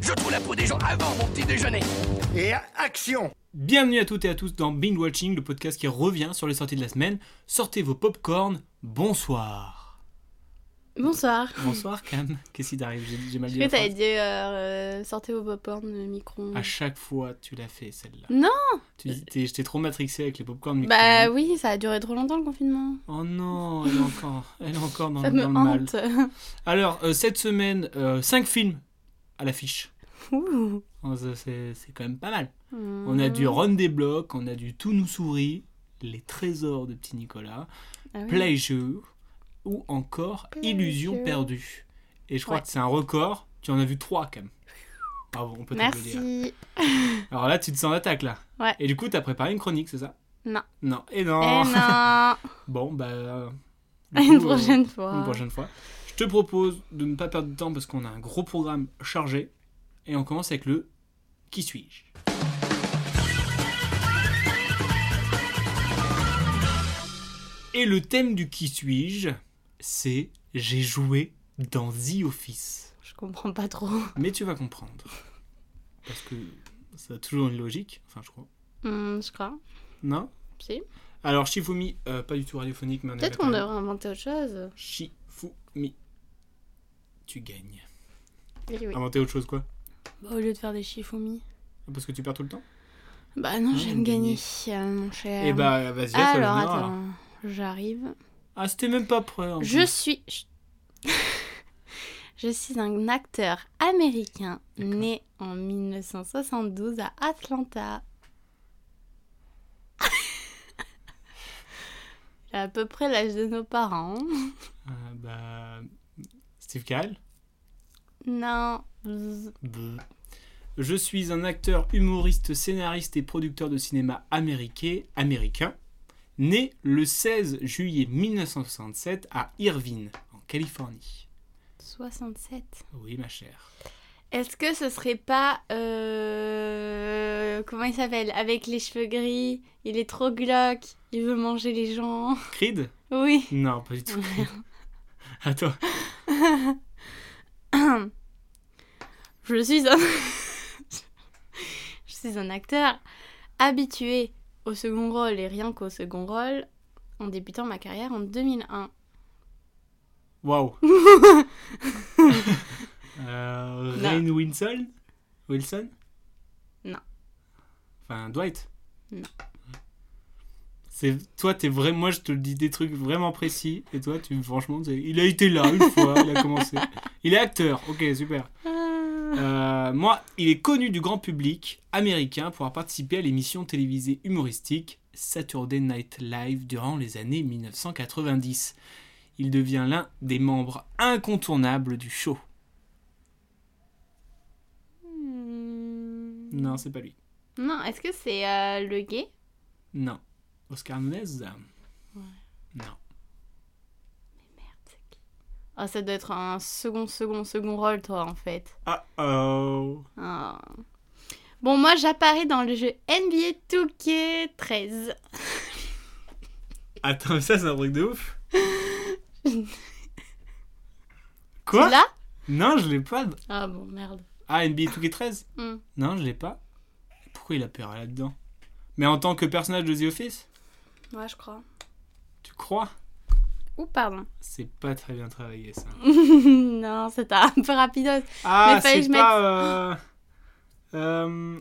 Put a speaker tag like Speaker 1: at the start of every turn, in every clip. Speaker 1: Je trouve la peau des gens avant mon petit déjeuner.
Speaker 2: Et action
Speaker 3: Bienvenue à toutes et à tous dans Binge Watching, le podcast qui revient sur les sorties de la semaine. Sortez vos popcorn, bonsoir.
Speaker 4: Bonsoir.
Speaker 3: Bonsoir Cam, qu'est-ce qui t'arrive J'ai mal dit.
Speaker 4: Je t'avais dit euh, euh, sortez vos popcorn micro-ondes.
Speaker 3: À chaque fois, tu l'as fait celle-là.
Speaker 4: Non
Speaker 3: Tu dis, j'étais trop matrixé avec les popcorn micro
Speaker 4: Bah oui, ça a duré trop longtemps le confinement.
Speaker 3: Oh non, elle est encore, elle est encore dans,
Speaker 4: ça
Speaker 3: le,
Speaker 4: me
Speaker 3: dans le mal.
Speaker 4: hante.
Speaker 3: Alors, euh, cette semaine, 5 films à l'affiche.
Speaker 4: Ouh.
Speaker 3: Oh, ça, C'est c'est quand même pas mal.
Speaker 4: Hum.
Speaker 3: On a du Run des blocs, on a du Tout nous sourit, Les trésors de petit Nicolas,
Speaker 4: Ah oui.
Speaker 3: Pleasure ou encore Illusion
Speaker 4: Pleasure.
Speaker 3: perdue. Et je crois
Speaker 4: Ouais.
Speaker 3: que c'est un record. Tu en as vu trois quand même. Bravo, on peut t'applaudir.
Speaker 4: Merci.
Speaker 3: Alors là, tu te sens en attaque là.
Speaker 4: Ouais.
Speaker 3: Et du coup, t'as préparé une chronique, c'est ça
Speaker 4: Non.
Speaker 3: Non. Et
Speaker 4: Eh
Speaker 3: non.
Speaker 4: non
Speaker 3: Bon, bah. euh, du
Speaker 4: À Une
Speaker 3: coup, euh,
Speaker 4: prochaine fois.
Speaker 3: Une prochaine fois. Je te propose de ne pas perdre de temps parce qu'on a un gros programme chargé. Et on commence avec le Qui suis-je Et le thème du Qui suis-je, c'est J'ai joué dans The Office.
Speaker 4: Je comprends pas trop.
Speaker 3: Mais tu vas comprendre. Parce que ça a toujours une logique. Enfin, je crois.
Speaker 4: Hum, je crois.
Speaker 3: Non
Speaker 4: Si.
Speaker 3: Alors, Shifumi, euh, pas du tout radiophonique, mais on est
Speaker 4: Peut-être
Speaker 3: d'accord.
Speaker 4: qu'on devrait inventer autre chose.
Speaker 3: Shifumi. Tu gagnes.
Speaker 4: Eh oui.
Speaker 3: Inventer autre chose, quoi
Speaker 4: Bah, au lieu de faire des chifoumi.
Speaker 3: Parce que tu perds tout le temps
Speaker 4: Bah non,
Speaker 3: Ah,
Speaker 4: j'aime
Speaker 3: gagner.
Speaker 4: gagner, euh, mon cher.
Speaker 3: Eh bah, vas-y, laisse-le
Speaker 4: Alors
Speaker 3: venir,
Speaker 4: attends, j'arrive.
Speaker 3: Ah, c'était même pas prêt. en
Speaker 4: Je
Speaker 3: plus.
Speaker 4: suis. Je suis un acteur américain
Speaker 3: D'accord.
Speaker 4: né en 1972 à Atlanta. J'ai à peu près l'âge de nos parents.
Speaker 3: Ah, bah. Steve Carell
Speaker 4: Non. Bzz.
Speaker 3: Bleu. Je suis un acteur, humoriste, scénariste et producteur de cinéma américain, américain né le 16 juillet 1967 à Irvine, en Californie.
Speaker 4: 67.
Speaker 3: Oui, ma chère.
Speaker 4: Est-ce que ce serait pas. euh, Comment il s'appelle Avec les cheveux gris, il est trop glauque, il veut manger les gens.
Speaker 3: Creed
Speaker 4: Oui.
Speaker 3: Non, pas du tout. Attends.
Speaker 4: Je suis un... Je suis un acteur habitué au second rôle et rien qu'au second rôle en débutant ma carrière en 2001.
Speaker 3: Waouh. euh,
Speaker 4: Non.
Speaker 3: Rain Wilson Wilson
Speaker 4: Non.
Speaker 3: Enfin, Dwight
Speaker 4: Non.
Speaker 3: C'est toi t'es vraiment moi je te dis des trucs vraiment précis et toi tu franchement t'es- il a été là une fois, il a commencé. Il est acteur. OK, super. Euh, moi, il est connu du grand public américain pour avoir participé à l'émission télévisée humoristique Saturday Night Live durant les années 1990. Il devient l'un des membres incontournables du show.
Speaker 4: Hmm.
Speaker 3: Non, c'est pas lui.
Speaker 4: Non, est-ce que c'est euh, le gay
Speaker 3: Non. Oscar Nunez euh, Non.
Speaker 4: Ah, ça doit être un second, second, second rôle, toi, en fait.
Speaker 3: Ah oh.
Speaker 4: Ah. Bon, moi, j'apparais dans le jeu NBA 2K13.
Speaker 3: Attends, mais ça c'est un truc de ouf.
Speaker 4: Tu
Speaker 3: Quoi
Speaker 4: l'as
Speaker 3: Non, je l'ai pas.
Speaker 4: Ah bon, merde.
Speaker 3: Ah, NBA 2K13
Speaker 4: Hmm.
Speaker 3: Non, je l'ai pas. Pourquoi il a peur là-dedans Mais en tant que personnage de The Office
Speaker 4: Ouais, je crois.
Speaker 3: Tu crois
Speaker 4: Ou pardon.
Speaker 3: C'est pas très bien travaillé ça.
Speaker 4: non, c'était un peu rapidos.
Speaker 3: Ah,
Speaker 4: Mais fallait que
Speaker 3: c'est
Speaker 4: je
Speaker 3: pas. euh, euh,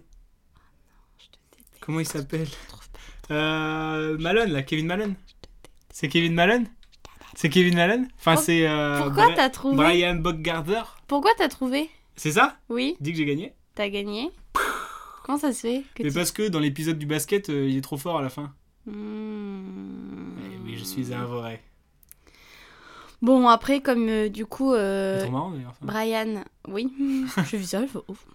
Speaker 4: Je te déteste.
Speaker 3: comment il s'appelle
Speaker 4: Je trouve pas.
Speaker 3: euh, Malone, là, Kevin Malone. C'est Kevin Malone C'est Kevin Malone Enfin,
Speaker 4: Oh,
Speaker 3: c'est. euh,
Speaker 4: Pourquoi
Speaker 3: Bri-
Speaker 4: t'as trouvé
Speaker 3: Brian Boggarder
Speaker 4: Pourquoi t'as trouvé
Speaker 3: C'est ça
Speaker 4: Oui,
Speaker 3: Dis que j'ai gagné
Speaker 4: t'as gagné. Comment ça se fait que
Speaker 3: Mais
Speaker 4: tu-
Speaker 3: parce que dans l'épisode du basket, euh, il est trop fort à la fin.
Speaker 4: Hmm.
Speaker 3: Eh oui, je suis un vrai.
Speaker 4: Bon, après, comme euh, du coup,
Speaker 3: C'est
Speaker 4: euh,
Speaker 3: trop marrant d'ailleurs. ça.
Speaker 4: Brian, oui, je vis ça, je fais ouf.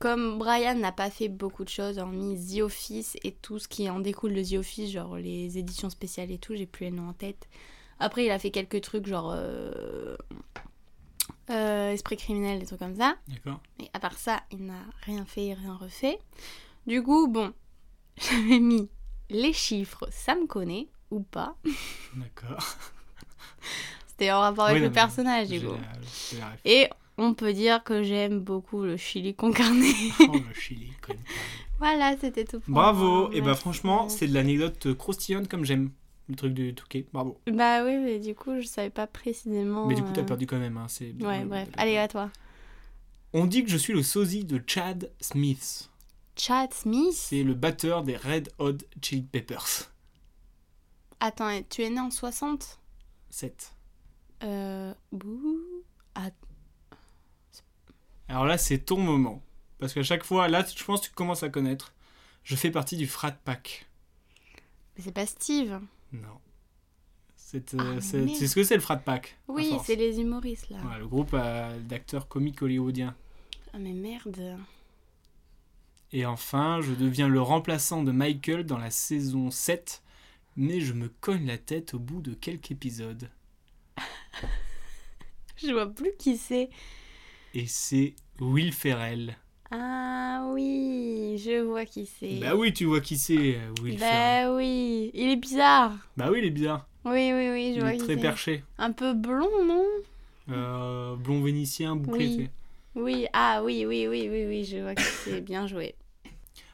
Speaker 4: Comme Brian n'a pas fait beaucoup de choses, hormis The Office et tout ce qui en découle de The Office, genre les éditions spéciales et tout, j'ai plus les noms en tête. Après, il a fait quelques trucs genre euh, euh, esprit criminel, des trucs comme ça.
Speaker 3: D'accord.
Speaker 4: Mais à part ça, il n'a rien fait, rien refait. Du coup, bon, j'avais mis les chiffres, ça me connaît ou pas.
Speaker 3: D'accord.
Speaker 4: C'était en rapport avec
Speaker 3: Oui, non,
Speaker 4: le
Speaker 3: mais
Speaker 4: personnage, du
Speaker 3: J'ai
Speaker 4: coup.
Speaker 3: la- j'ai la ref.
Speaker 4: Et on peut dire que j'aime beaucoup le chili con carne.
Speaker 3: Oh, le Chili, conne.
Speaker 4: voilà, c'était tout. pour
Speaker 3: Bravo.
Speaker 4: moi.
Speaker 3: Et bah,
Speaker 4: Oh, Merci.
Speaker 3: franchement, c'est de l'anecdote euh, croustillante comme j'aime. Le truc du Touquet. Bravo.
Speaker 4: Bah oui, mais du coup, je savais pas précisément.
Speaker 3: Mais du coup, t'as
Speaker 4: euh,
Speaker 3: perdu quand même. Hein. c'est-
Speaker 4: Ouais, bref. Allez, à toi.
Speaker 3: On dit que je suis le sosie de Chad Smith.
Speaker 4: Chad Smith.
Speaker 3: C'est le batteur des Red Hot Chili Peppers.
Speaker 4: Attends, et tu es né en 60
Speaker 3: 7.
Speaker 4: Euh. Bouh.
Speaker 3: Alors là, c'est ton moment. Parce qu'à chaque fois, là, je pense que tu commences à connaître. Je fais partie du Frat Pack.
Speaker 4: Mais c'est pas Steve.
Speaker 3: Non. C'est euh,
Speaker 4: Ah,
Speaker 3: c'est-
Speaker 4: merde.
Speaker 3: c'est ce que c'est le Frat Pack. à
Speaker 4: Oui,
Speaker 3: force.
Speaker 4: c'est les humoristes là.
Speaker 3: Voilà, le groupe euh, d'acteurs comiques hollywoodiens.
Speaker 4: Ah, mais merde.
Speaker 3: Et enfin, je deviens le remplaçant de Michael dans la saison 7, mais je me cogne la tête au bout de quelques épisodes.
Speaker 4: Je vois plus qui c'est.
Speaker 3: Et c'est Will Ferrell.
Speaker 4: Ah oui, je vois qui c'est.
Speaker 3: Bah oui, tu vois qui c'est, euh, Will Ferrell.
Speaker 4: Bah oui, il est bizarre.
Speaker 3: Bah oui, il est bizarre.
Speaker 4: Oui, oui, oui, je
Speaker 3: Il
Speaker 4: vois
Speaker 3: est
Speaker 4: qui
Speaker 3: très
Speaker 4: c'est.
Speaker 3: perché.
Speaker 4: Un peu blond, non
Speaker 3: Euh, blond vénitien, bouclé.
Speaker 4: Oui.
Speaker 3: tu sais.
Speaker 4: Oui, ah oui, oui, oui, oui, oui, je vois qui c'est. Bien joué.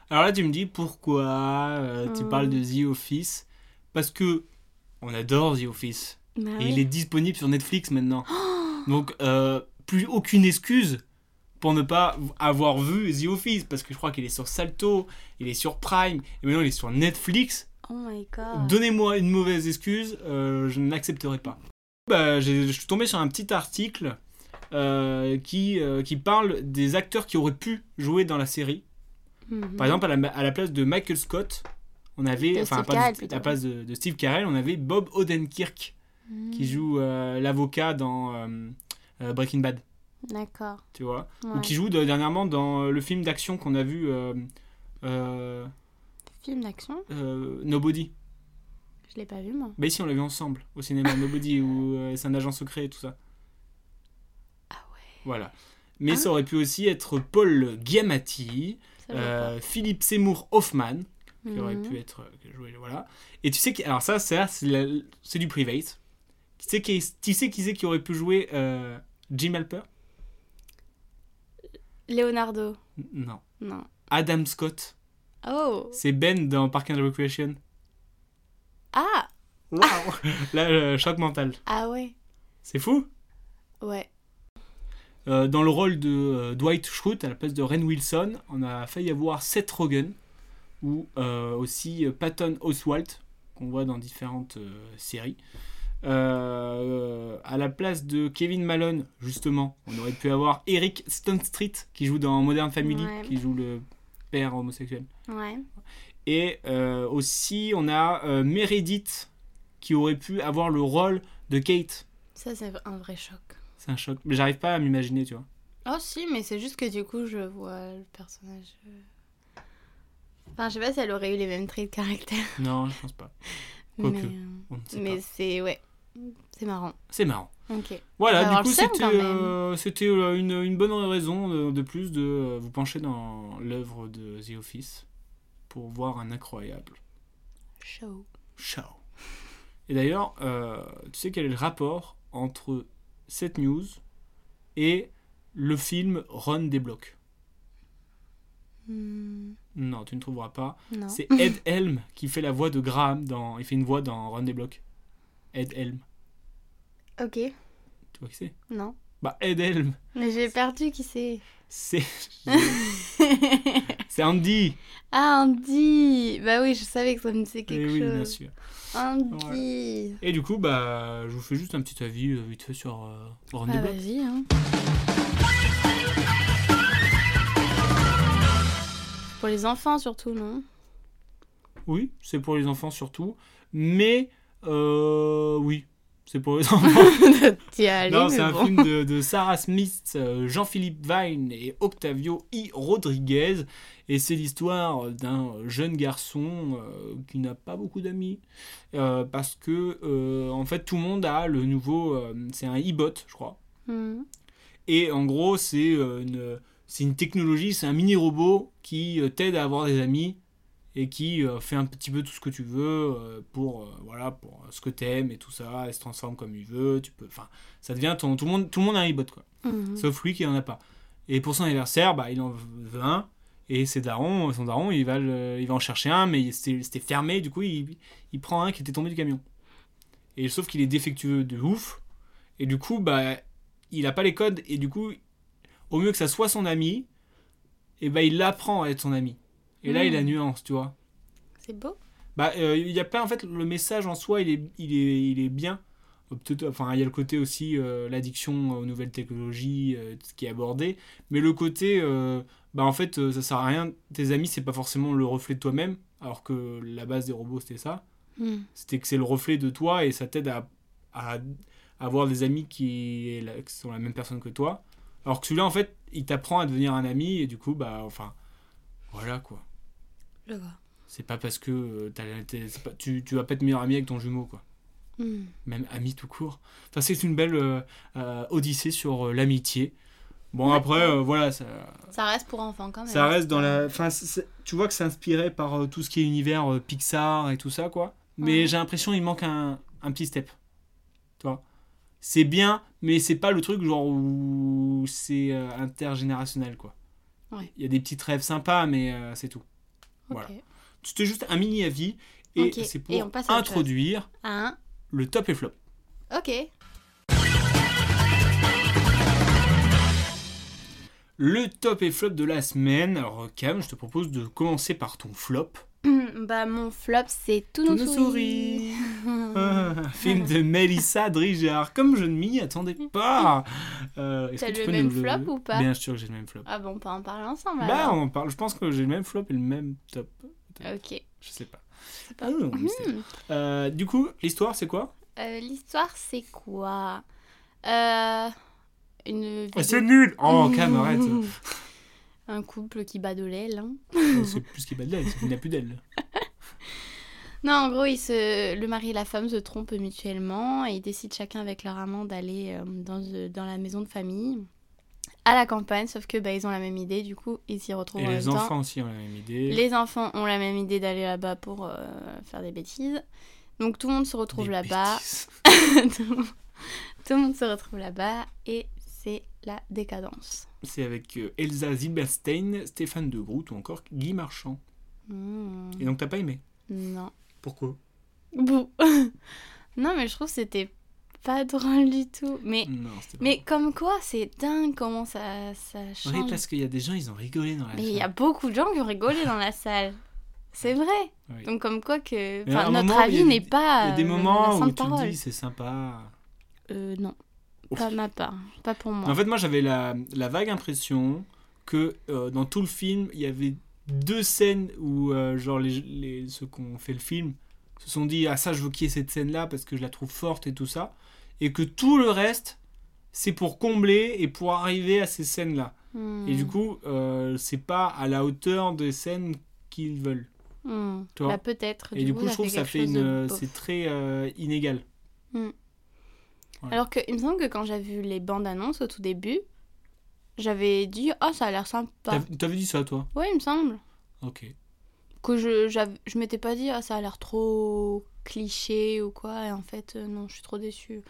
Speaker 3: Alors là, tu me dis pourquoi euh, tu
Speaker 4: Hmm.
Speaker 3: parles de The Office Parce que on adore The Office.
Speaker 4: Bah
Speaker 3: Et
Speaker 4: oui.
Speaker 3: il est disponible sur Netflix maintenant.
Speaker 4: Oh
Speaker 3: Donc, euh, plus aucune excuse pour ne pas avoir vu The Office. Parce que je crois qu'il est sur Salto, il est sur Prime, et maintenant il est sur Netflix.
Speaker 4: Oh my god.
Speaker 3: Donnez-moi une mauvaise excuse, euh, je n'accepterai pas. Bah, j'ai- je suis tombé sur un petit article euh, qui, euh, qui parle des acteurs qui auraient pu jouer dans la série.
Speaker 4: Mhm.
Speaker 3: Par exemple, à la, à la place de Michael Scott, on
Speaker 4: De
Speaker 3: avait, enfin, à la place-
Speaker 4: Steve Carell,
Speaker 3: à
Speaker 4: plutôt.
Speaker 3: la place de, de Steve Carell, on avait Bob Odenkirk
Speaker 4: Mhm.
Speaker 3: qui joue euh, l'avocat dans euh, euh, Breaking Bad,
Speaker 4: D'accord.
Speaker 3: tu vois, ou
Speaker 4: Ouais.
Speaker 3: qui joue de- dernièrement dans euh, le film d'action qu'on a vu euh, euh,
Speaker 4: Film d'action
Speaker 3: euh, Nobody.
Speaker 4: Je l'ai pas vu moi.
Speaker 3: Bah ici, on l'a vu ensemble au cinéma Nobody où euh, c'est un agent secret et tout ça.
Speaker 4: Ah
Speaker 3: ouais. Voilà. Mais
Speaker 4: Ah.
Speaker 3: ça aurait pu aussi être Paul Giamatti,
Speaker 4: Ça, je vois
Speaker 3: euh, Philippe Seymour Hoffman,
Speaker 4: pas.
Speaker 3: qui aurait pu
Speaker 4: Mhm.
Speaker 3: être euh, joué voilà et tu sais qui alors ça ça c'est la- c'est du private tu sais qui tu sais qui c'est qui aurait pu jouer euh, Jim Halper
Speaker 4: Leonardo.
Speaker 3: N- non
Speaker 4: Non.
Speaker 3: Adam Scott
Speaker 4: Oh
Speaker 3: c'est Ben dans Park and Recreation
Speaker 4: Ah
Speaker 3: là euh, choc mental
Speaker 4: Ah ouais
Speaker 3: c'est fou
Speaker 4: Ouais.
Speaker 3: Euh, dans le rôle de euh, Dwight Schrute à la place de Ren Wilson on a failli avoir Seth Rogen ou euh, aussi euh, Patton Oswalt qu'on voit dans différentes euh, séries. Euh, à la place de Kevin Malone, justement, on aurait pu avoir Eric Stone Street qui joue dans Modern Family,
Speaker 4: Ouais.
Speaker 3: qui joue le père homosexuel.
Speaker 4: Ouais.
Speaker 3: Et euh, aussi, on a euh, Meredith qui aurait pu avoir le rôle de Kate.
Speaker 4: Ça, c'est un vrai choc.
Speaker 3: C'est un choc, mais j'arrive pas à m'imaginer, tu vois.
Speaker 4: Oh si, mais c'est juste que du coup, je vois le personnage. euh. Enfin, je sais pas si elle aurait eu les mêmes traits de caractère.
Speaker 3: Non, je pense pas. Quoique,
Speaker 4: mais euh,
Speaker 3: On ne sait
Speaker 4: mais
Speaker 3: pas.
Speaker 4: c'est... Ouais. C'est marrant.
Speaker 3: C'est marrant.
Speaker 4: Ok.
Speaker 3: Voilà,
Speaker 4: va
Speaker 3: du
Speaker 4: avoir
Speaker 3: coup,
Speaker 4: le seum,
Speaker 3: c'était
Speaker 4: quand même.
Speaker 3: euh, c'était, euh, une, une bonne raison de, de plus de euh, vous pencher dans l'œuvre de The Office pour voir un incroyable
Speaker 4: Show.
Speaker 3: show. Et d'ailleurs, euh, tu sais quel est le rapport entre cette news et le film Ron Débloque
Speaker 4: Hmm,
Speaker 3: Non, tu ne trouveras pas.
Speaker 4: non.
Speaker 3: C'est Ed Helm qui fait la voix de Graham dans. Il fait une voix dans Ron Débloque. Ed Helm.
Speaker 4: Ok.
Speaker 3: Tu vois qui c'est
Speaker 4: Non.
Speaker 3: Bah, Ed Helm,
Speaker 4: Mais j'ai perdu qui c'est.
Speaker 3: c'est. c'est Andy
Speaker 4: ah, Andy Bah oui, je savais que ça me disait
Speaker 3: Eh
Speaker 4: quelque
Speaker 3: oui, bien
Speaker 4: chose.
Speaker 3: sûr.
Speaker 4: Andy
Speaker 3: Et du coup, bah, je vous fais juste un petit avis euh, vite fait sur euh, Ron
Speaker 4: Ah,
Speaker 3: Débloque.
Speaker 4: vas-y, hein. Pour les enfants, surtout, non
Speaker 3: Oui, c'est pour les enfants surtout, mais euh, oui, c'est- C'est pour les enfants.
Speaker 4: T'y es allé,
Speaker 3: non,
Speaker 4: mais
Speaker 3: c'est un
Speaker 4: bon.
Speaker 3: film de, de Sarah Smith, euh, Jean-Philippe Vine et Octavio I. Rodriguez. Et c'est l'histoire d'un jeune garçon euh, qui n'a pas beaucoup d'amis. Euh, parce que, euh, en fait, tout le monde a le nouveau. euh, c'est un e-bot, je crois.
Speaker 4: Hmm.
Speaker 3: Et en gros, c'est euh, une, c'est une technologie, c'est un mini-robot qui euh, t'aide à avoir des amis et qui euh, fait un petit peu tout ce que tu veux euh, pour, euh, voilà, pour euh, ce que t'aimes et tout ça. Elle se transforme comme il veut. Tu peux, enfin, ça devient ton, tout, le monde, tout le monde a un e-bot, quoi.
Speaker 4: Mhm.
Speaker 3: Sauf lui qui en a pas. Et pour son anniversaire, bah, il en veut un. Et ses darons, son daron, il va, le- il va en chercher un, mais c'était c'était fermé. Du coup, il, il prend un qui était tombé du camion. Et sauf qu'il est défectueux de ouf. Et du coup, bah, il a pas les codes. Et du coup, au mieux que ça soit son ami, et bah, il apprend à être son ami. Et là,
Speaker 4: Mm.
Speaker 3: il a nuance, tu vois.
Speaker 4: C'est beau.
Speaker 3: Bah, euh, il y a pas en fait le message en soi, il est, il est, il est bien. Euh, peut-être- Enfin, il y a le côté aussi euh, l'addiction aux nouvelles technologies euh, qui est abordé, mais le côté, euh, bah en fait, euh, ça sert à rien. Tes amis, c'est pas forcément le reflet de toi-même, alors que la base des robots c'était ça.
Speaker 4: Hmm.
Speaker 3: C'était que c'est le reflet de toi et ça t'aide à, à avoir des amis qui, est la- qui sont la même personne que toi. Alors que celui-là, en fait, il t'apprend à devenir un ami et du coup, bah, enfin, voilà quoi.
Speaker 4: Je vois.
Speaker 3: C'est pas parce que euh, t'as la- t'es- c'est pas- tu, tu vas pas être meilleur ami avec ton jumeau, quoi.
Speaker 4: Hmm.
Speaker 3: Même ami tout court. Enfin, c'est une belle euh, euh, odyssée sur euh, l'amitié. Bon, après, euh, voilà, ça,
Speaker 4: Ça reste pour enfants quand même.
Speaker 3: ça reste dans la. Enfin, c'est- c'est- tu vois que c'est inspiré par euh, tout ce qui est univers euh, Pixar et tout ça, quoi. Mais
Speaker 4: Ouais.
Speaker 3: j'ai l'impression qu'il manque un, un petit step. Tu vois C'est bien, mais c'est pas le truc genre où c'est euh, intergénérationnel, quoi. Il
Speaker 4: Ouais.
Speaker 3: y a des petits rêves sympas, mais euh, c'est tout.
Speaker 4: Ok.
Speaker 3: Voilà. C'était juste un mini avis et
Speaker 4: Ok,
Speaker 3: c'est pour
Speaker 4: et on passe à autre chose.
Speaker 3: introduire
Speaker 4: Un.
Speaker 3: le top et flop.
Speaker 4: Ok.
Speaker 3: Le top et flop de la semaine. Alors Cam, je te propose de commencer par ton flop.
Speaker 4: bah mon flop c'est tout,
Speaker 3: Tout
Speaker 4: nous
Speaker 3: nous
Speaker 4: sourit.
Speaker 3: Ah, film de Mélissa Drijard. Comme je ne m'y attendais pas. Euh, est-ce
Speaker 4: T'as
Speaker 3: que tu
Speaker 4: le
Speaker 3: peux
Speaker 4: même
Speaker 3: nous
Speaker 4: flop ou pas
Speaker 3: Bien sûr que j'ai le même flop.
Speaker 4: ah bon, on peut en parler ensemble
Speaker 3: Bah,
Speaker 4: alors.
Speaker 3: on en parle. Je pense que j'ai le même flop et le même top.
Speaker 4: Ok.
Speaker 3: Je sais pas. Ah non, mais c'est-
Speaker 4: Hmm.
Speaker 3: Euh, du coup, l'histoire, c'est quoi
Speaker 4: Euh, L'histoire c'est quoi Euh, Une
Speaker 3: Ah,
Speaker 4: vidéo-
Speaker 3: C'est nul Oh, Cam, arrête
Speaker 4: Un couple qui bat de l'aile. hein.
Speaker 3: C'est plus qu'il bat de l'aile, c'est qu'il n'a plus d'aile.
Speaker 4: Non, en gros, ils se... le mari et la femme se trompent mutuellement et ils décident chacun avec leur amant d'aller euh, dans, euh, dans la maison de famille à la campagne, sauf que bah, ils ont la même idée, du coup, ils s'y retrouvent
Speaker 3: Et
Speaker 4: en
Speaker 3: les
Speaker 4: même temps.
Speaker 3: enfants aussi ont la même idée.
Speaker 4: Les enfants ont la même idée d'aller là-bas pour euh, faire des bêtises. Donc tout le monde se retrouve
Speaker 3: Des
Speaker 4: là-bas.
Speaker 3: bêtises.
Speaker 4: tout le monde- tout le monde se retrouve là-bas et c'est la décadence.
Speaker 3: C'est avec euh, Elsa Zilberstein, Stéphane De Groot ou encore Guy Marchand.
Speaker 4: Hmm,
Speaker 3: Et donc t'as pas aimé
Speaker 4: Non.
Speaker 3: Pourquoi
Speaker 4: Bouh. non, mais je trouve que c'était pas drôle du tout. Mais,
Speaker 3: Non, c'était pas.
Speaker 4: mais comme quoi, c'est dingue comment ça, ça
Speaker 3: Oui,
Speaker 4: change.
Speaker 3: parce qu'il y a des gens, ils ont rigolé dans la
Speaker 4: mais il y a
Speaker 3: salle.
Speaker 4: beaucoup de gens qui ont rigolé dans la salle. C'est vrai.
Speaker 3: Oui.
Speaker 4: Donc comme quoi que
Speaker 3: Mais à
Speaker 4: enfin,
Speaker 3: un
Speaker 4: notre
Speaker 3: moment, il y a
Speaker 4: avis
Speaker 3: des-
Speaker 4: n'est pas
Speaker 3: Il y a des
Speaker 4: euh,
Speaker 3: moments
Speaker 4: la
Speaker 3: où
Speaker 4: sainte
Speaker 3: tu te
Speaker 4: parole.
Speaker 3: dis c'est sympa.
Speaker 4: Euh, non.
Speaker 3: Ouf.
Speaker 4: Pas ma part. Pas pour moi.
Speaker 3: En fait, moi j'avais la, la vague impression que euh, dans tout le film, il y avait deux scènes où euh, genre les, les- ceux qui ont fait le film se sont dit Ah, ça, je veux qu'il y ait cette scène-là parce que je la trouve forte et tout ça. Et que tout le reste, c'est pour combler et pour arriver à ces scènes-là.
Speaker 4: Hmm.
Speaker 3: Et du coup, euh, c'est pas à la hauteur des scènes qu'ils veulent.
Speaker 4: Hmm.
Speaker 3: tu vois.
Speaker 4: Bah, peut-être.
Speaker 3: et du coup, je trouve que ça
Speaker 4: quelque
Speaker 3: fait
Speaker 4: chose de
Speaker 3: une.
Speaker 4: beau.
Speaker 3: C'est très euh, inégal.
Speaker 4: Alors que, il me semble que quand j'ai vu les bandes annonces au tout début, j'avais dit oh ça a l'air
Speaker 3: T'as-
Speaker 4: sympa.
Speaker 3: T'avais dit ça, toi
Speaker 4: Ouais, il me semble
Speaker 3: Ok.
Speaker 4: que je j'av- je m'étais pas dit ah ça a l'air trop cliché ou quoi. Et en fait euh, non, je suis trop déçue.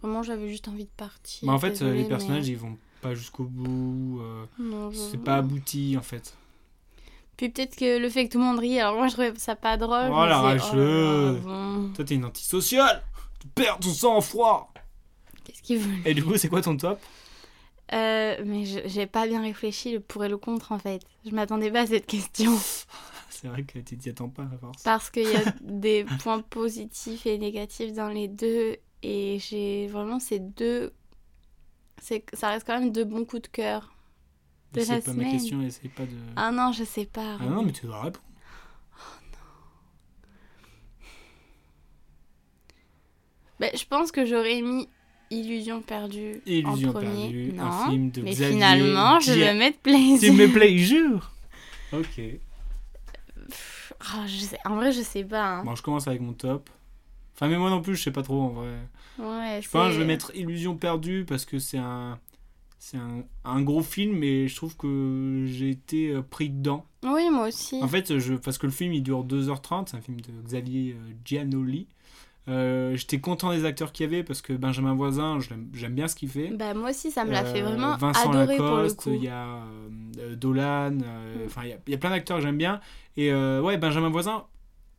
Speaker 4: Vraiment, j'avais juste envie de partir.
Speaker 3: Bah, en fait,
Speaker 4: Désolée,
Speaker 3: euh, les
Speaker 4: mais-
Speaker 3: personnages, ils vont pas jusqu'au bout. euh,
Speaker 4: Non, je-
Speaker 3: c'est pas abouti, en fait.
Speaker 4: Puis peut-être que le fait que tout le monde rit, alors moi je trouvais ça pas drôle. je
Speaker 3: Oh,
Speaker 4: me
Speaker 3: la
Speaker 4: disais, là là,
Speaker 3: rageuse.
Speaker 4: bon,
Speaker 3: Toi, t'es une antisociale Tu perds ton sang-froid
Speaker 4: Qu'est-ce qu'ils veulent
Speaker 3: Et du coup, c'est quoi ton top
Speaker 4: Euh, mais je- j'ai pas bien réfléchi le pour et le contre en fait. Je m'attendais pas à cette question
Speaker 3: C'est vrai que tu t'y attends pas, à force.
Speaker 4: parce qu'il y a des points positifs et négatifs dans les deux et j'ai vraiment ces deux. C'est ça reste quand même deux bons coups de cœur. de la
Speaker 3: C'est pas ma
Speaker 4: semaine.
Speaker 3: question, essaye pas de.
Speaker 4: Ah non, je sais pas.
Speaker 3: Ah non, mais tu dois répondre.
Speaker 4: Ben, je pense que j'aurais mis Illusion perdue
Speaker 3: Illusion
Speaker 4: en premier.
Speaker 3: perdue,
Speaker 4: non.
Speaker 3: un film de
Speaker 4: mais
Speaker 3: Xavier
Speaker 4: finalement, je vais
Speaker 3: Dia-
Speaker 4: mettre
Speaker 3: C'est
Speaker 4: plaisir.
Speaker 3: mes plaisirs. Ok.
Speaker 4: Ah, je sais- En vrai, je sais pas. hein.
Speaker 3: Bon, je commence avec mon top. Enfin, mais moi non plus, je sais pas trop en vrai.
Speaker 4: Ouais,
Speaker 3: Je pense que je vais
Speaker 4: c'est-
Speaker 3: mettre Illusion perdue parce que c'est un. C'est un, un gros film et je trouve que j'ai été euh, pris dedans.
Speaker 4: Oui, moi aussi.
Speaker 3: En fait, je, parce que le film il dure 2h30, c'est un film de Xavier euh, Giannoli. Euh, J'étais content des acteurs qu'il y avait parce que Benjamin Voisin, je l'aime- j'aime bien ce qu'il fait.
Speaker 4: Bah, moi aussi, ça me l'a fait
Speaker 3: Euh,
Speaker 4: vraiment
Speaker 3: Vincent
Speaker 4: adorer
Speaker 3: Lacoste,
Speaker 4: pour le
Speaker 3: il
Speaker 4: coup. Mm.
Speaker 3: y a euh, Dolan, euh, enfin il y a- il y, a plein d'acteurs que j'aime bien. Et euh, ouais, Benjamin Voisin,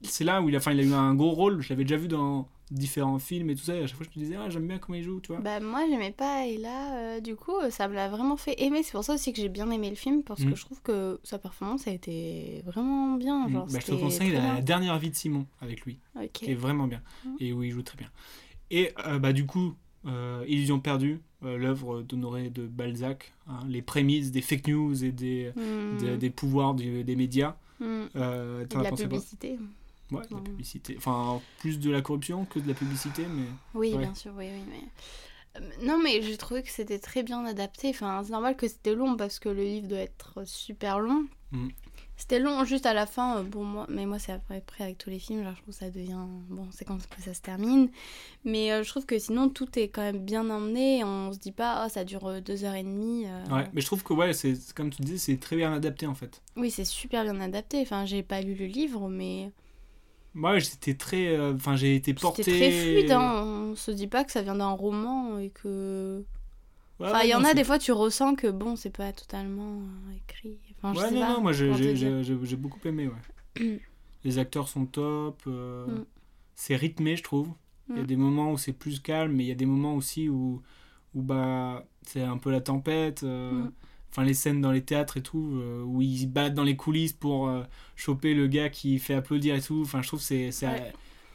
Speaker 3: c'est là où il a, enfin, il a eu un gros rôle. Je l'avais déjà vu dans différents films et tout ça. Et à chaque fois, je me disais, ah, j'aime bien comment il joue, tu vois.
Speaker 4: Bah, moi, j'aimais pas. Et là, euh, du coup, ça me l'a vraiment fait aimer. C'est pour ça aussi que j'ai bien aimé le film parce
Speaker 3: Mm.
Speaker 4: que je trouve que sa performance a été vraiment bien. Genre,
Speaker 3: Bah, je te
Speaker 4: c'était
Speaker 3: conseille
Speaker 4: très
Speaker 3: la,
Speaker 4: bien.
Speaker 3: dernière vie de Simon avec lui,
Speaker 4: Ok.
Speaker 3: qui est vraiment bien
Speaker 4: Mhm.
Speaker 3: et où il joue très bien. Et euh, bah, du coup, euh, Illusion perdue, euh, l'œuvre d'Honoré de Balzac, hein, les prémices des fake news et des,
Speaker 4: Mm.
Speaker 3: des, des pouvoirs du- des médias.
Speaker 4: Mm.
Speaker 3: Euh,
Speaker 4: Et
Speaker 3: t'en
Speaker 4: de
Speaker 3: as
Speaker 4: la
Speaker 3: pensé quoi
Speaker 4: publicité.
Speaker 3: Ouais, de la
Speaker 4: Ouais.
Speaker 3: publicité. Enfin, plus de la corruption que de la publicité, mais.
Speaker 4: Oui,
Speaker 3: Ouais.
Speaker 4: bien sûr, oui, oui. Mais... Euh, Non, mais j'ai trouvé que c'était très bien adapté. Enfin, c'est normal que c'était long parce que le livre doit être super long.
Speaker 3: Mm.
Speaker 4: C'était long juste à la fin. euh, Bon, moi, mais moi, c'est à peu près avec tous les films. Genre, je trouve que ça devient. Bon, c'est quand que ça se termine. Mais euh, je trouve que sinon, tout est quand même bien emmené. On se dit pas, oh, ça dure euh, deux heures et demie. euh.
Speaker 3: Ouais, mais je trouve que, ouais, c'est c'est- comme tu dis, c'est très bien adapté en fait.
Speaker 4: Oui, c'est super bien adapté. Enfin, j'ai pas lu le livre, mais
Speaker 3: Moi, j'étais très. euh, Enfin, j'ai été porté.
Speaker 4: c'était très fluide. Hein. On se dit pas que ça vient d'un roman et que.
Speaker 3: Ouais,
Speaker 4: Enfin,
Speaker 3: Ah ouais,
Speaker 4: il y en
Speaker 3: non,
Speaker 4: a
Speaker 3: c'est-
Speaker 4: des fois, tu ressens que bon, c'est pas totalement euh, écrit. Enfin, je
Speaker 3: Ouais,
Speaker 4: sais
Speaker 3: non,
Speaker 4: pas.
Speaker 3: non, moi j'ai
Speaker 4: comment te
Speaker 3: j'ai- j'ai-
Speaker 4: dire.
Speaker 3: j'ai- j'ai beaucoup aimé, ouais. Les acteurs sont top, euh,
Speaker 4: Mm.
Speaker 3: c'est rythmé, je trouve. Il y a
Speaker 4: Mm.
Speaker 3: des moments où c'est plus calme, mais il y a des moments aussi où, où bah, c'est un peu la tempête. euh,
Speaker 4: Mm.
Speaker 3: Enfin, les scènes dans les théâtres et tout, euh, où ils se battent dans les coulisses pour euh, choper le gars qui fait applaudir et tout. Enfin, je trouve que c'est c'est-
Speaker 4: Ouais.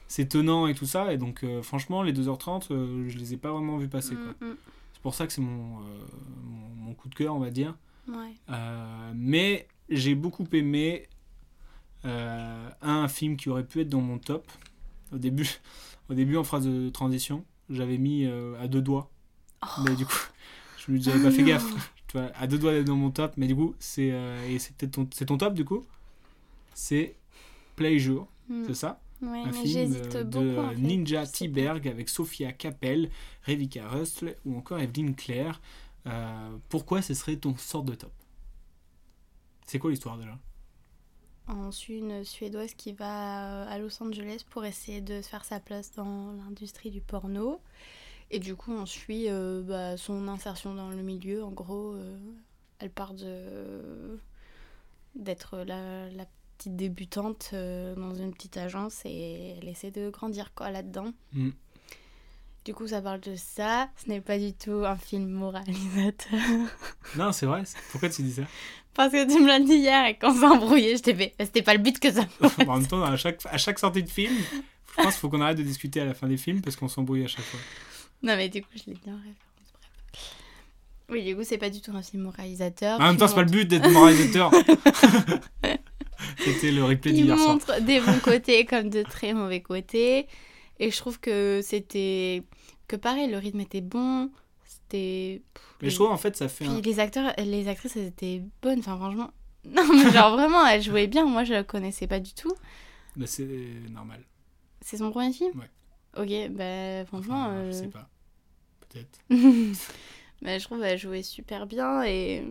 Speaker 3: c'est tenant et tout ça. Et donc, euh, franchement, les 2h30, euh, je les ai pas vraiment vus passer. quoi.
Speaker 4: Mm,
Speaker 3: C'est pour ça que c'est mon, euh, mon, mon coup de cœur, on va dire.
Speaker 4: mm, ouais.
Speaker 3: Euh, mais j'ai beaucoup aimé euh, un film qui aurait pu être dans mon top. Au début, au début en phrase de transition, j'avais mis euh, à deux doigts. Mais du coup, je me j'avais pas fait gaffe. Tu vois, à deux doigts d'être dans mon top. Mais du coup, c'est euh, et c'est peut-être ton, c'est ton top du coup. C'est Play Jour,
Speaker 4: Mm.
Speaker 3: c'est ça
Speaker 4: Ouais,
Speaker 3: Un
Speaker 4: mais
Speaker 3: film
Speaker 4: j'hésite
Speaker 3: euh, de
Speaker 4: beaucoup. en fait.
Speaker 3: Ninja
Speaker 4: Je sais
Speaker 3: Tiberg avec Sophia Capel, Revika Russell ou encore Evelyn Claire. Euh, pourquoi ce serait ton sort de top C'est quoi l'histoire déjà
Speaker 4: pas. On suit une Suédoise qui va euh, à Los Angeles pour essayer de se faire sa place dans l'industrie du porno. Et du coup, on suit euh, bah, son insertion dans le milieu. En gros, euh, elle part de d'être la, la petite débutante euh, dans une petite agence et elle essaie de grandir quoi là-dedans.
Speaker 3: Mm.
Speaker 4: Du coup, ça parle de ça. Ce n'est pas du tout un film moralisateur.
Speaker 3: Non, c'est vrai. c'est- Pourquoi tu dis ça
Speaker 4: Parce que tu me l'as dit hier et quand on s'est embrouillé, je t'ai fait. C'était pas le but que ça.
Speaker 3: En même temps, à chaque, à chaque sortie de film, je pense qu'il faut qu'on arrête de discuter à la fin des films parce qu'on s'embrouille à chaque fois.
Speaker 4: Non, mais du coup, je l'ai bien référence. Bref. Oui, du coup, c'est pas du tout un film moralisateur.
Speaker 3: En même
Speaker 4: qui
Speaker 3: temps, c'est pas le
Speaker 4: montre-
Speaker 3: but d'être moralisateur. C'était le replay
Speaker 4: Il
Speaker 3: d'hier soir.
Speaker 4: montre des bons côtés comme de très mauvais côtés. Et je trouve que c'était. Que pareil, le rythme était bon. C'était.
Speaker 3: Mais je trouve en fait, ça fait un.
Speaker 4: Puis les acteurs, les actrices, elles étaient bonnes. Enfin, franchement. Non, mais genre vraiment, elle jouait bien. Moi, je la connaissais pas du tout.
Speaker 3: Bah, c'est normal.
Speaker 4: C'est son premier film
Speaker 3: Ouais.
Speaker 4: Ok, bah franchement,
Speaker 3: Enfin,
Speaker 4: euh,
Speaker 3: Je sais pas. Peut-être.
Speaker 4: bah, je trouve qu'elle jouait super bien et.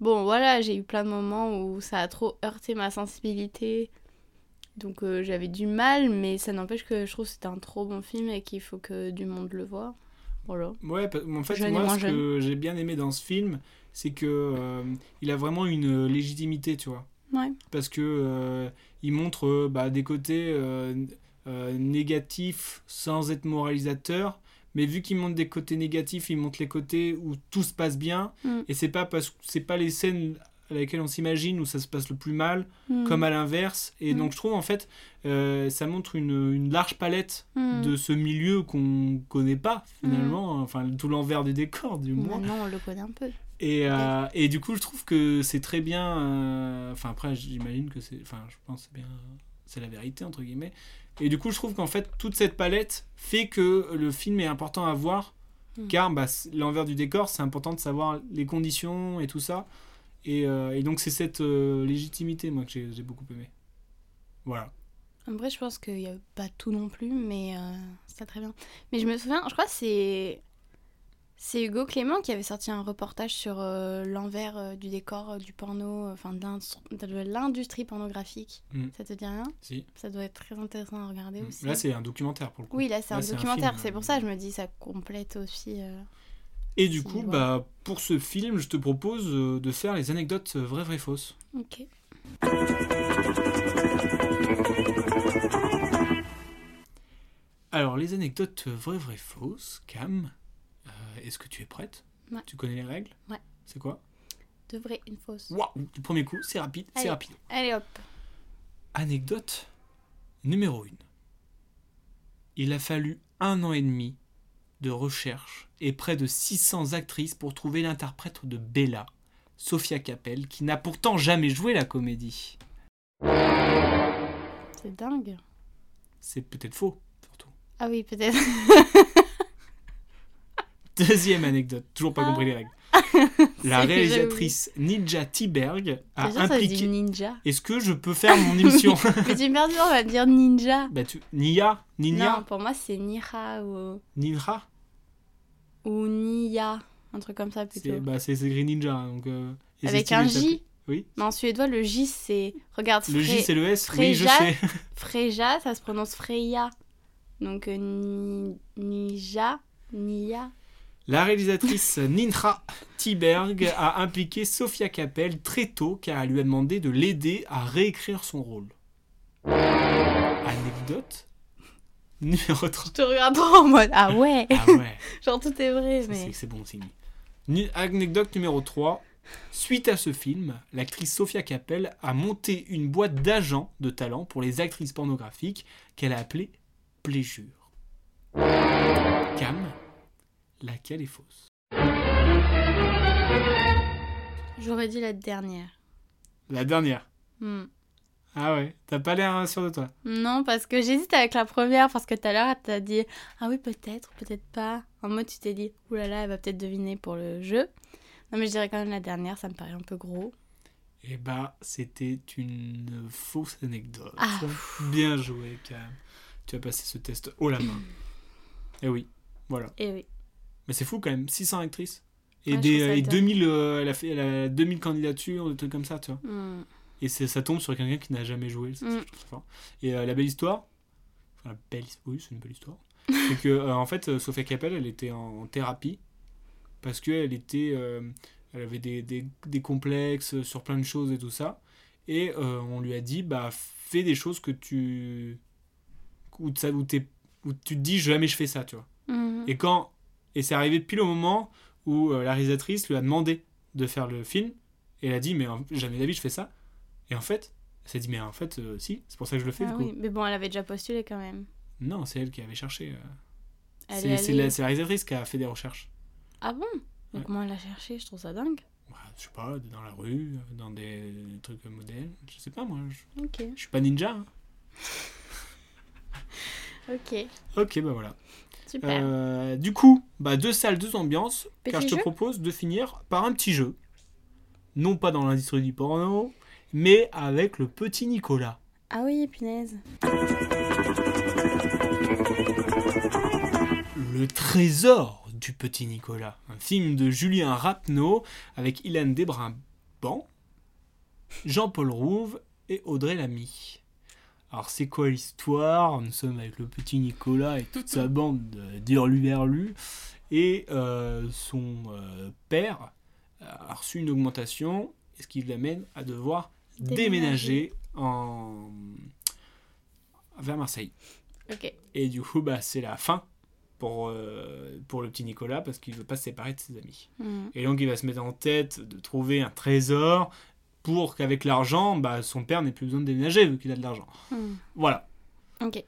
Speaker 4: Bon, voilà, j'ai eu plein de moments où ça a trop heurté ma sensibilité. Donc euh, j'avais du mal, mais ça n'empêche que je trouve que c'est un trop bon film et qu'il faut que du monde le voit. Voilà.
Speaker 3: Ouais, pa- en fait,
Speaker 4: Jeune et
Speaker 3: moi,
Speaker 4: moins
Speaker 3: ce que j'ai bien aimé dans ce film, c'est que euh, il a vraiment une euh, légitimité, tu vois.
Speaker 4: Ouais.
Speaker 3: Parce que euh, il montre euh, bah, des côtés euh, euh, négatifs sans être moralisateur. Mais vu qu'il montre des côtés négatifs, il montre les côtés où tout se passe bien.
Speaker 4: Mm.
Speaker 3: Et c'est pas parce c'est pas les scènes à laquelle on s'imagine où ça se passe le plus mal,
Speaker 4: Mm.
Speaker 3: comme à l'inverse. Et
Speaker 4: Mm.
Speaker 3: donc je trouve en fait, euh, ça montre une, une large palette
Speaker 4: Mm.
Speaker 3: de ce milieu qu'on connaît pas finalement, enfin tout l'envers du décor du moins.
Speaker 4: Maintenant, on le connaît un peu.
Speaker 3: Et, euh, et du coup, je trouve que c'est très bien. euh, Enfin, après, j'imagine que c'est. Enfin, je pense que c'est bien. euh, c'est la vérité entre guillemets. Et du coup, je trouve qu'en fait, toute cette palette fait que le film est important à voir,
Speaker 4: Mm.
Speaker 3: car bah, c'est- l'envers du décor, c'est important de savoir les conditions et tout ça. Et, euh, et donc, c'est cette euh, légitimité, moi, que j'ai j'ai beaucoup aimé. Voilà.
Speaker 4: En vrai, je pense qu'il n'y a pas tout non plus, mais euh, c'est très bien. Mais je me souviens, je crois que c'est. C'est Hugo Clément qui avait sorti un reportage sur euh, l'envers euh, du décor euh, du porno, euh, enfin de l'instru- de l'industrie pornographique.
Speaker 3: Mm.
Speaker 4: Ça te dit rien
Speaker 3: Si.
Speaker 4: Ça doit être très intéressant à regarder aussi.
Speaker 3: Là, c'est un documentaire pour le coup.
Speaker 4: oui, là c'est
Speaker 3: là,
Speaker 4: un
Speaker 3: c'est un
Speaker 4: documentaire,
Speaker 3: film,
Speaker 4: c'est
Speaker 3: euh,
Speaker 4: pour ça je me dis ça complète aussi. euh.
Speaker 3: Et du
Speaker 4: Si,
Speaker 3: coup,
Speaker 4: voilà.
Speaker 3: bah, pour ce film, je te propose euh, de faire les anecdotes euh, vraies, vraies, fausses.
Speaker 4: Ok.
Speaker 3: Alors, les anecdotes euh, vraies, vraies, fausses, Cam, euh, est-ce que tu es prête
Speaker 4: Ouais.
Speaker 3: Tu connais les règles
Speaker 4: Ouais.
Speaker 3: C'est quoi
Speaker 4: De vrai, une fausse.
Speaker 3: Waouh Du premier coup, c'est rapide, c'est
Speaker 4: Allez.
Speaker 3: rapide.
Speaker 4: Allez hop.
Speaker 3: Anecdote numéro 1. Il a fallu un an et demi de recherche et près de 600 actrices pour trouver l'interprète de Bella, Sofia Capel, qui n'a pourtant jamais joué la comédie.
Speaker 4: C'est dingue.
Speaker 3: C'est peut-être faux, surtout.
Speaker 4: Ah oui, peut-être.
Speaker 3: Deuxième anecdote, toujours pas compris les règles. La
Speaker 4: Ah. C'est que j'ai
Speaker 3: réalisatrice Ninja Tiberg a
Speaker 4: T'es sûr, ça se dit
Speaker 3: impliqué...
Speaker 4: ninja.
Speaker 3: Est-ce que je peux faire mon émission
Speaker 4: Mais tu me perds, on va dire ninja.
Speaker 3: Bah tu... Nia
Speaker 4: Non,
Speaker 3: Nia
Speaker 4: pour moi c'est Nira ou,
Speaker 3: Ninra
Speaker 4: ou Nia, un truc comme ça
Speaker 3: C'est
Speaker 4: plutôt.
Speaker 3: bah, c'est- c'est écrit Ninja. hein, donc, euh, et
Speaker 4: Avec
Speaker 3: c'est
Speaker 4: un
Speaker 3: stylé, ça
Speaker 4: J.
Speaker 3: Oui.
Speaker 4: Mais en suédois le J c'est regarde
Speaker 3: Le J,
Speaker 4: Fre-
Speaker 3: c'est le S
Speaker 4: Fré-
Speaker 3: Oui, je
Speaker 4: Freja.
Speaker 3: sais.
Speaker 4: Freja, ça se prononce Freya. Donc euh, ni- Nija, Nia.
Speaker 3: La réalisatrice Ninra Tiberg a impliqué Sofia Capel très tôt car elle lui a demandé de l'aider à réécrire son rôle. Anecdote numéro 3.
Speaker 4: Je te regarde trop en mode ah ouais,
Speaker 3: Ah ouais,
Speaker 4: genre tout est vrai
Speaker 3: ça,
Speaker 4: mais
Speaker 3: c'est c'est bon signe. Nu- Anecdote numéro 3. Suite à ce film, l'actrice Sofia Capel a monté une boîte d'agents de talent pour les actrices pornographiques qu'elle a appelée Pléjure. Cam, laquelle est fausse
Speaker 4: j'aurais dit la dernière.
Speaker 3: La dernière.
Speaker 4: Hmm.
Speaker 3: Ah ouais, t'as pas l'air euh, sûr de toi.
Speaker 4: Non, parce que j'hésite avec la première, parce que tout à l'heure, t'as dit Ah oui, peut-être, peut-être pas. En mode, tu t'es dit Oulala, là là, elle va peut-être deviner pour le jeu. Non, mais je dirais quand même la dernière, ça me paraît un peu gros.
Speaker 3: Eh bah, c'était une fausse anecdote.
Speaker 4: Ah.
Speaker 3: Bien joué, Cam. Tu as passé ce test haut la main. Eh oui, voilà.
Speaker 4: Et oui.
Speaker 3: Mais c'est fou quand même, 600 actrices. Et,
Speaker 4: Ouais, je
Speaker 3: des,
Speaker 4: trouve ça
Speaker 3: et
Speaker 4: étonnant.
Speaker 3: 2000, euh, elle a fait elle a 2000 candidatures, des trucs comme ça, tu vois.
Speaker 4: Hmm.
Speaker 3: Et c'est- ça tombe sur quelqu'un qui n'a jamais joué. c'est-
Speaker 4: Mm.
Speaker 3: je trouve ça fort. Et euh, la belle histoire, enfin, la belle, oui, c'est une belle histoire, c'est que, euh, en fait, euh, Sophia Capel, elle était en, en thérapie parce qu'elle était, euh, elle avait des, des- des complexes euh, sur plein de choses et tout ça. Et euh, on lui a dit, bah, fais des choses que tu. où, ça- où t'es- où tu te dis, jamais je fais ça, tu vois.
Speaker 4: Mhm.
Speaker 3: Et quand et c'est arrivé pile au moment où euh, la réalisatrice lui a demandé de faire le film et elle a dit mais en- jamais d'avis je fais ça. Et en fait, elle s'est dit mais en fait euh, si, c'est pour ça que je le fais
Speaker 4: Ah
Speaker 3: du coup.
Speaker 4: oui, mais bon, elle avait déjà postulé quand même.
Speaker 3: Non, c'est elle qui avait cherché. euh.
Speaker 4: Elle
Speaker 3: C'est
Speaker 4: est
Speaker 3: c'est
Speaker 4: allée-
Speaker 3: la, c'est la réalisatrice qui a fait des recherches.
Speaker 4: Ah bon Mais
Speaker 3: Ouais.
Speaker 4: comment elle l'a cherché Je trouve ça dingue.
Speaker 3: Ouais, Bah, je sais pas, dans la rue, euh, dans des trucs modèles, je sais pas moi, je,
Speaker 4: Ok.
Speaker 3: je suis pas ninja. hein.
Speaker 4: Ok,
Speaker 3: OK, bah voilà.
Speaker 4: super.
Speaker 3: Euh, du coup, bah, deux salles, deux ambiances,
Speaker 4: Petit
Speaker 3: car je te
Speaker 4: jeu
Speaker 3: propose de finir par un petit jeu. Non pas dans l'industrie du porno, mais avec le petit Nicolas.
Speaker 4: Ah oui, punaise.
Speaker 3: Le trésor du petit Nicolas, un film de Julien Rapneau avec Ilan Desbrabant, Jean-Paul Rouve et Audrey Lamy. Alors c'est quoi l'histoire Nous sommes avec le petit Nicolas et toute sa bande de d'hurluberlus et euh, son euh, père a reçu une augmentation, ce qui l'amène à devoir déménager,
Speaker 4: Déménager.
Speaker 3: en... vers Marseille.
Speaker 4: Ok.
Speaker 3: Et du coup, bah, c'est la fin pour, euh, pour le petit Nicolas parce qu'il veut pas se séparer de ses amis.
Speaker 4: Mhm.
Speaker 3: Et donc, il va se mettre en tête de trouver un trésor pour qu'avec l'argent, bah, son père n'ait plus besoin de déménager vu qu'il a de l'argent.
Speaker 4: Mhm.
Speaker 3: Voilà.
Speaker 4: Ok.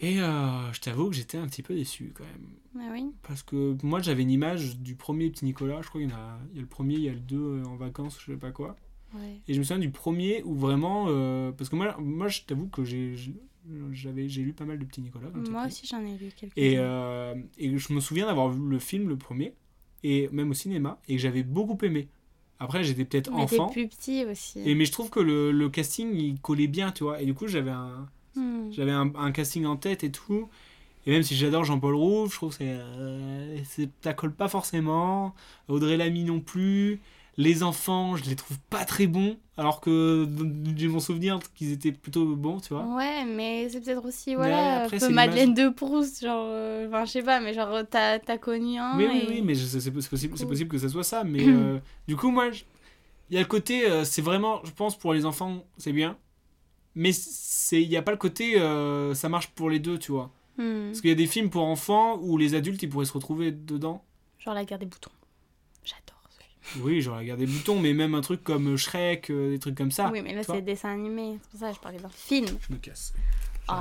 Speaker 3: Et euh, je t'avoue que j'étais un petit peu déçu quand même.
Speaker 4: Ah oui
Speaker 3: Parce que moi, j'avais une image du premier petit Nicolas. Je crois qu'il y en a, il y a le premier, il y a le deux euh, en vacances, je sais pas quoi.
Speaker 4: Ouais.
Speaker 3: Et je me souviens du premier où vraiment. euh, parce que moi, moi je t'avoue que j'ai j'ai- j'avais- j'ai lu pas mal de petits Nicolas. quand
Speaker 4: Moi
Speaker 3: j'étais
Speaker 4: aussi, j'en ai lu quelques
Speaker 3: et, euh, et je me souviens d'avoir vu le film, le premier, et même au cinéma, et que j'avais beaucoup aimé. Après, j'étais peut-être
Speaker 4: Mais
Speaker 3: enfant,
Speaker 4: des plus petits aussi.
Speaker 3: et, mais je trouve que le, le casting, il collait bien, tu vois. Et du coup, j'avais un,
Speaker 4: Hmm.
Speaker 3: j'avais un, un casting en tête et tout. Et même si j'adore Jean-Paul Rouve, je trouve que c'est, euh, c'est- ça colle pas forcément. Audrey Lamy non plus. Les enfants, je les trouve pas très bons, alors que j'ai mon souvenir qu'ils étaient plutôt bons, tu vois.
Speaker 4: Ouais, mais c'est peut-être aussi,
Speaker 3: Ouais,
Speaker 4: voilà,
Speaker 3: après,
Speaker 4: un
Speaker 3: c'est
Speaker 4: peu Madeleine de Proust, genre, euh, enfin, je sais pas, mais genre, t'as t'as connu un.
Speaker 3: Mais oui,
Speaker 4: et-
Speaker 3: oui, mais je- c'est c'est possible, c'est
Speaker 4: Ah Cool.
Speaker 3: possible que ça soit ça. Mais euh, du coup, moi, je- il y a le côté, euh, c'est vraiment, je pense, pour les enfants, c'est bien. Mais c'est- il n'y a pas le côté, euh, ça marche pour les deux, tu vois.
Speaker 4: Hmm.
Speaker 3: Parce qu'il y a des films pour enfants où les adultes, ils pourraient se retrouver dedans.
Speaker 4: Genre, la guerre des boutons. J'adore ce film.
Speaker 3: Oui, genre, regarde des boutons, mais même un truc comme Shrek, euh, des trucs comme ça.
Speaker 4: oui, mais là,
Speaker 3: toi.
Speaker 4: c'est dessin animé, c'est pour ça que je parlais d'un film.
Speaker 3: Je me casse.
Speaker 4: Oh.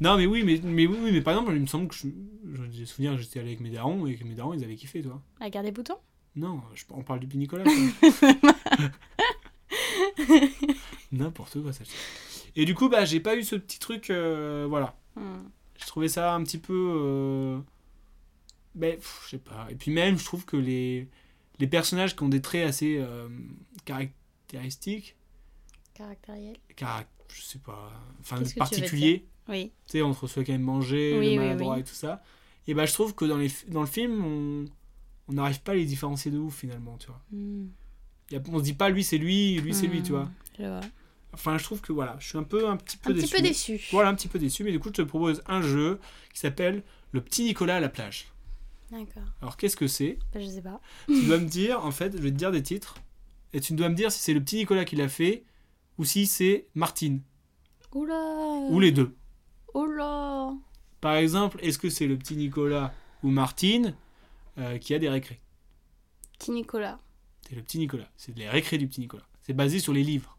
Speaker 3: Non, mais oui, mais, mais oui, oui, mais par exemple, il me semble que je, je j'ai souvenir, j'étais allé avec mes darons et que mes darons, ils avaient kiffé, toi.
Speaker 4: La guerre des boutons
Speaker 3: Non, je- on parle du Nicolas. quoi. N'importe quoi, ça. Et du coup, bah, j'ai pas eu ce petit truc. euh, voilà.
Speaker 4: Hmm.
Speaker 3: Je trouvais ça un petit peu. euh, ben, pff, je sais pas. Et puis, même, je trouve que les, les personnages qui ont des traits assez euh, caractéristiques,
Speaker 4: Caractériel.
Speaker 3: carac- je sais pas. Enfin,
Speaker 4: Qu'est-ce que tu veux
Speaker 3: particuliers,
Speaker 4: Oui.
Speaker 3: tu sais, entre ceux qui aiment manger,
Speaker 4: Oui, oui,
Speaker 3: le maladroit
Speaker 4: oui.
Speaker 3: et tout ça. Et bah, je trouve que dans, les, fi- dans le film, on on n'arrive pas à les différencier de ouf, finalement, tu vois.
Speaker 4: Hmm.
Speaker 3: Y a- on se dit pas lui c'est lui, lui c'est lui, tu vois.
Speaker 4: Je vois.
Speaker 3: Hmm. Enfin, je trouve que voilà, je suis un peu un petit peu
Speaker 4: Un
Speaker 3: déçu.
Speaker 4: petit peu déçu.
Speaker 3: Voilà, un petit peu déçu, mais du coup, je te propose un jeu qui s'appelle Le petit Nicolas à la plage.
Speaker 4: D'accord.
Speaker 3: Alors, qu'est-ce que c'est
Speaker 4: Bah, je sais pas.
Speaker 3: Tu dois me dire, en fait, je vais te dire des titres, et tu dois me dire si c'est le petit Nicolas qui l'a fait ou si c'est Martine,
Speaker 4: Oula
Speaker 3: ou les deux.
Speaker 4: Oula
Speaker 3: Par exemple, est-ce que c'est le petit Nicolas ou Martine euh, qui a des récrés
Speaker 4: Petit Nicolas.
Speaker 3: C'est le petit Nicolas, c'est les récrés du petit Nicolas. C'est basé sur les livres.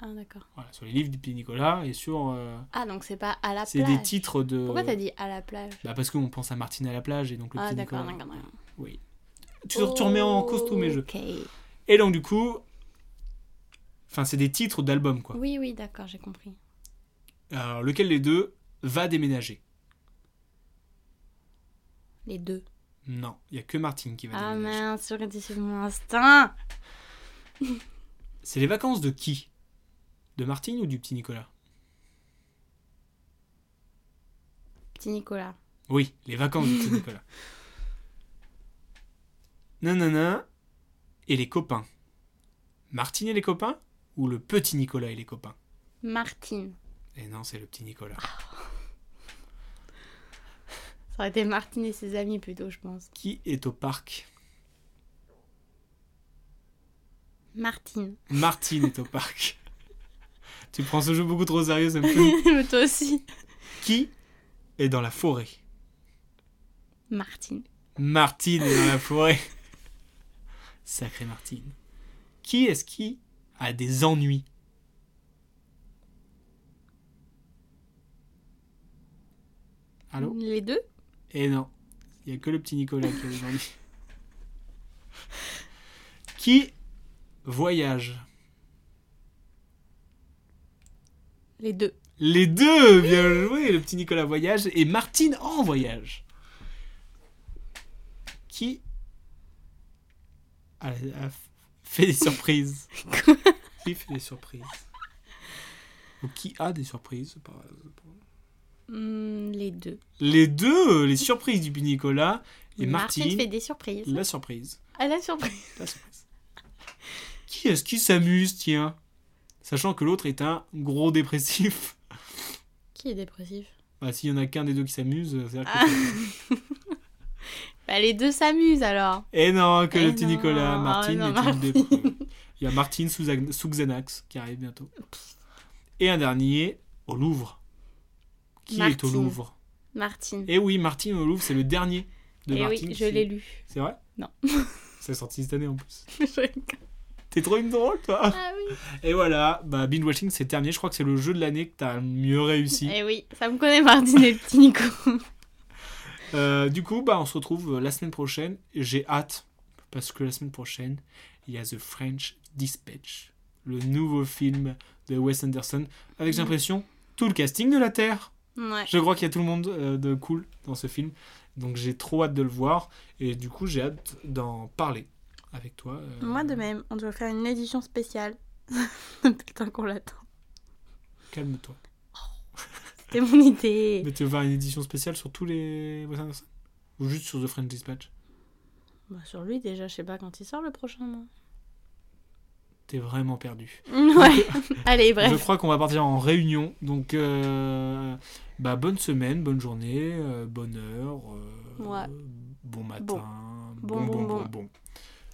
Speaker 4: Ah, d'accord.
Speaker 3: Voilà, sur les livres du petit Nicolas et sur. euh,
Speaker 4: Ah, donc c'est pas à la plage.
Speaker 3: c'est des titres de.
Speaker 4: Pourquoi t'as dit à la plage
Speaker 3: Bah parce qu'on pense à Martine à la plage et donc le
Speaker 4: Ah,
Speaker 3: petit
Speaker 4: d'accord,
Speaker 3: Nicolas.
Speaker 4: d'accord, Oh. d'accord.
Speaker 3: Tu, tu remets en cause tous mes jeux.
Speaker 4: Ok.
Speaker 3: Et donc du coup, enfin c'est des titres d'albums quoi.
Speaker 4: Oui, oui, d'accord, j'ai compris.
Speaker 3: Alors lequel des deux va déménager
Speaker 4: Les deux.
Speaker 3: Non, il y a que Martine qui va
Speaker 4: Ah
Speaker 3: déménager.
Speaker 4: mince, j'aurais dû suivre mon instinct
Speaker 3: C'est les vacances de qui De Martine ou du petit Nicolas
Speaker 4: Petit Nicolas.
Speaker 3: Oui, les vacances du petit Nicolas. Nanana et les copains. Martine et les copains ou le petit Nicolas et les copains
Speaker 4: Martine.
Speaker 3: Et non, c'est le petit Nicolas.
Speaker 4: Ça aurait été Martine et ses amis plutôt, je pense.
Speaker 3: Qui est au parc
Speaker 4: Martine.
Speaker 3: Martine est au parc. tu prends ce jeu beaucoup trop au sérieux, ça me fait.
Speaker 4: Mais toi aussi.
Speaker 3: Qui est dans la forêt
Speaker 4: Martine.
Speaker 3: Martine est dans la forêt. Sacré Martine. Qui est-ce qui a des ennuis Allô
Speaker 4: Les deux
Speaker 3: Eh non, il n'y a que le petit Nicolas qui a des ennuis. Qui voyage
Speaker 4: Les deux.
Speaker 3: Les deux, bien joué, le petit Nicolas voyage et Martine en voyage. Qui a, a fait des surprises Qui fait des surprises Ou qui a des surprises c'est pas- c'est pas-
Speaker 4: Hmm, les deux.
Speaker 3: Les deux, les surprises du petit Nicolas et Martine,
Speaker 4: fait des surprises.
Speaker 3: la surprise.
Speaker 4: À la surprise.
Speaker 3: La surprise. qui est-ce qui s'amuse, tiens Sachant que l'autre est un gros dépressif.
Speaker 4: Qui est dépressif
Speaker 3: Bah, s'il y en a qu'un des deux qui s'amuse, c'est-à-dire que
Speaker 4: Ah. Bah, les deux s'amusent alors.
Speaker 3: Et non, que
Speaker 4: Eh
Speaker 3: le petit
Speaker 4: non,
Speaker 3: Nicolas,
Speaker 4: oh
Speaker 3: Martine,
Speaker 4: non,
Speaker 3: est une des- Il y a Martine sous, Ag- sous Xanax qui arrive bientôt. Et un dernier, au Louvre. Qui est au
Speaker 4: Martine.
Speaker 3: Louvre
Speaker 4: Martine.
Speaker 3: Eh oui, Martine au Louvre, c'est le dernier de
Speaker 4: Eh
Speaker 3: Martine.
Speaker 4: oui, je
Speaker 3: qui-
Speaker 4: l'ai lu.
Speaker 3: C'est vrai
Speaker 4: Non.
Speaker 3: C'est sorti cette année en plus.
Speaker 4: Je rigole.
Speaker 3: T'es trop une drôle, toi
Speaker 4: ah oui.
Speaker 3: Et voilà, bah, Binge Watching, c'est terminé. Je crois que c'est le jeu de l'année que t'as le mieux réussi.
Speaker 4: Eh oui, ça me connaît Martine et le petit Nico.
Speaker 3: Euh, du coup, bah, on se retrouve euh, la semaine prochaine. J'ai hâte, parce que la semaine prochaine, il y a The French Dispatch, le nouveau film de Wes Anderson, avec j'ai l'impression tout le casting de la Terre.
Speaker 4: Mm. Ouais.
Speaker 3: Je crois qu'il y a tout le monde euh, de cool dans ce film, donc j'ai trop hâte de le voir et du coup j'ai hâte d'en parler avec toi. euh,
Speaker 4: Moi de même, on doit faire une édition spéciale. Depuis le temps qu'on l'attend.
Speaker 3: Calme-toi.
Speaker 4: C'était mon idée.
Speaker 3: Mais tu veux faire une édition spéciale sur tous les Wes Anderson ou juste sur The French Dispatch
Speaker 4: Bah, sur lui déjà, je sais pas quand il sort le prochain. moi.
Speaker 3: T'es vraiment perdu.
Speaker 4: Ouais. Allez,
Speaker 3: Je
Speaker 4: bref.
Speaker 3: crois qu'on va partir en réunion. Donc, euh, bah, bonne semaine, bonne journée, euh, bonne heure, euh,
Speaker 4: Ouais.
Speaker 3: bon matin,
Speaker 4: Bon. Bon, bon, bon.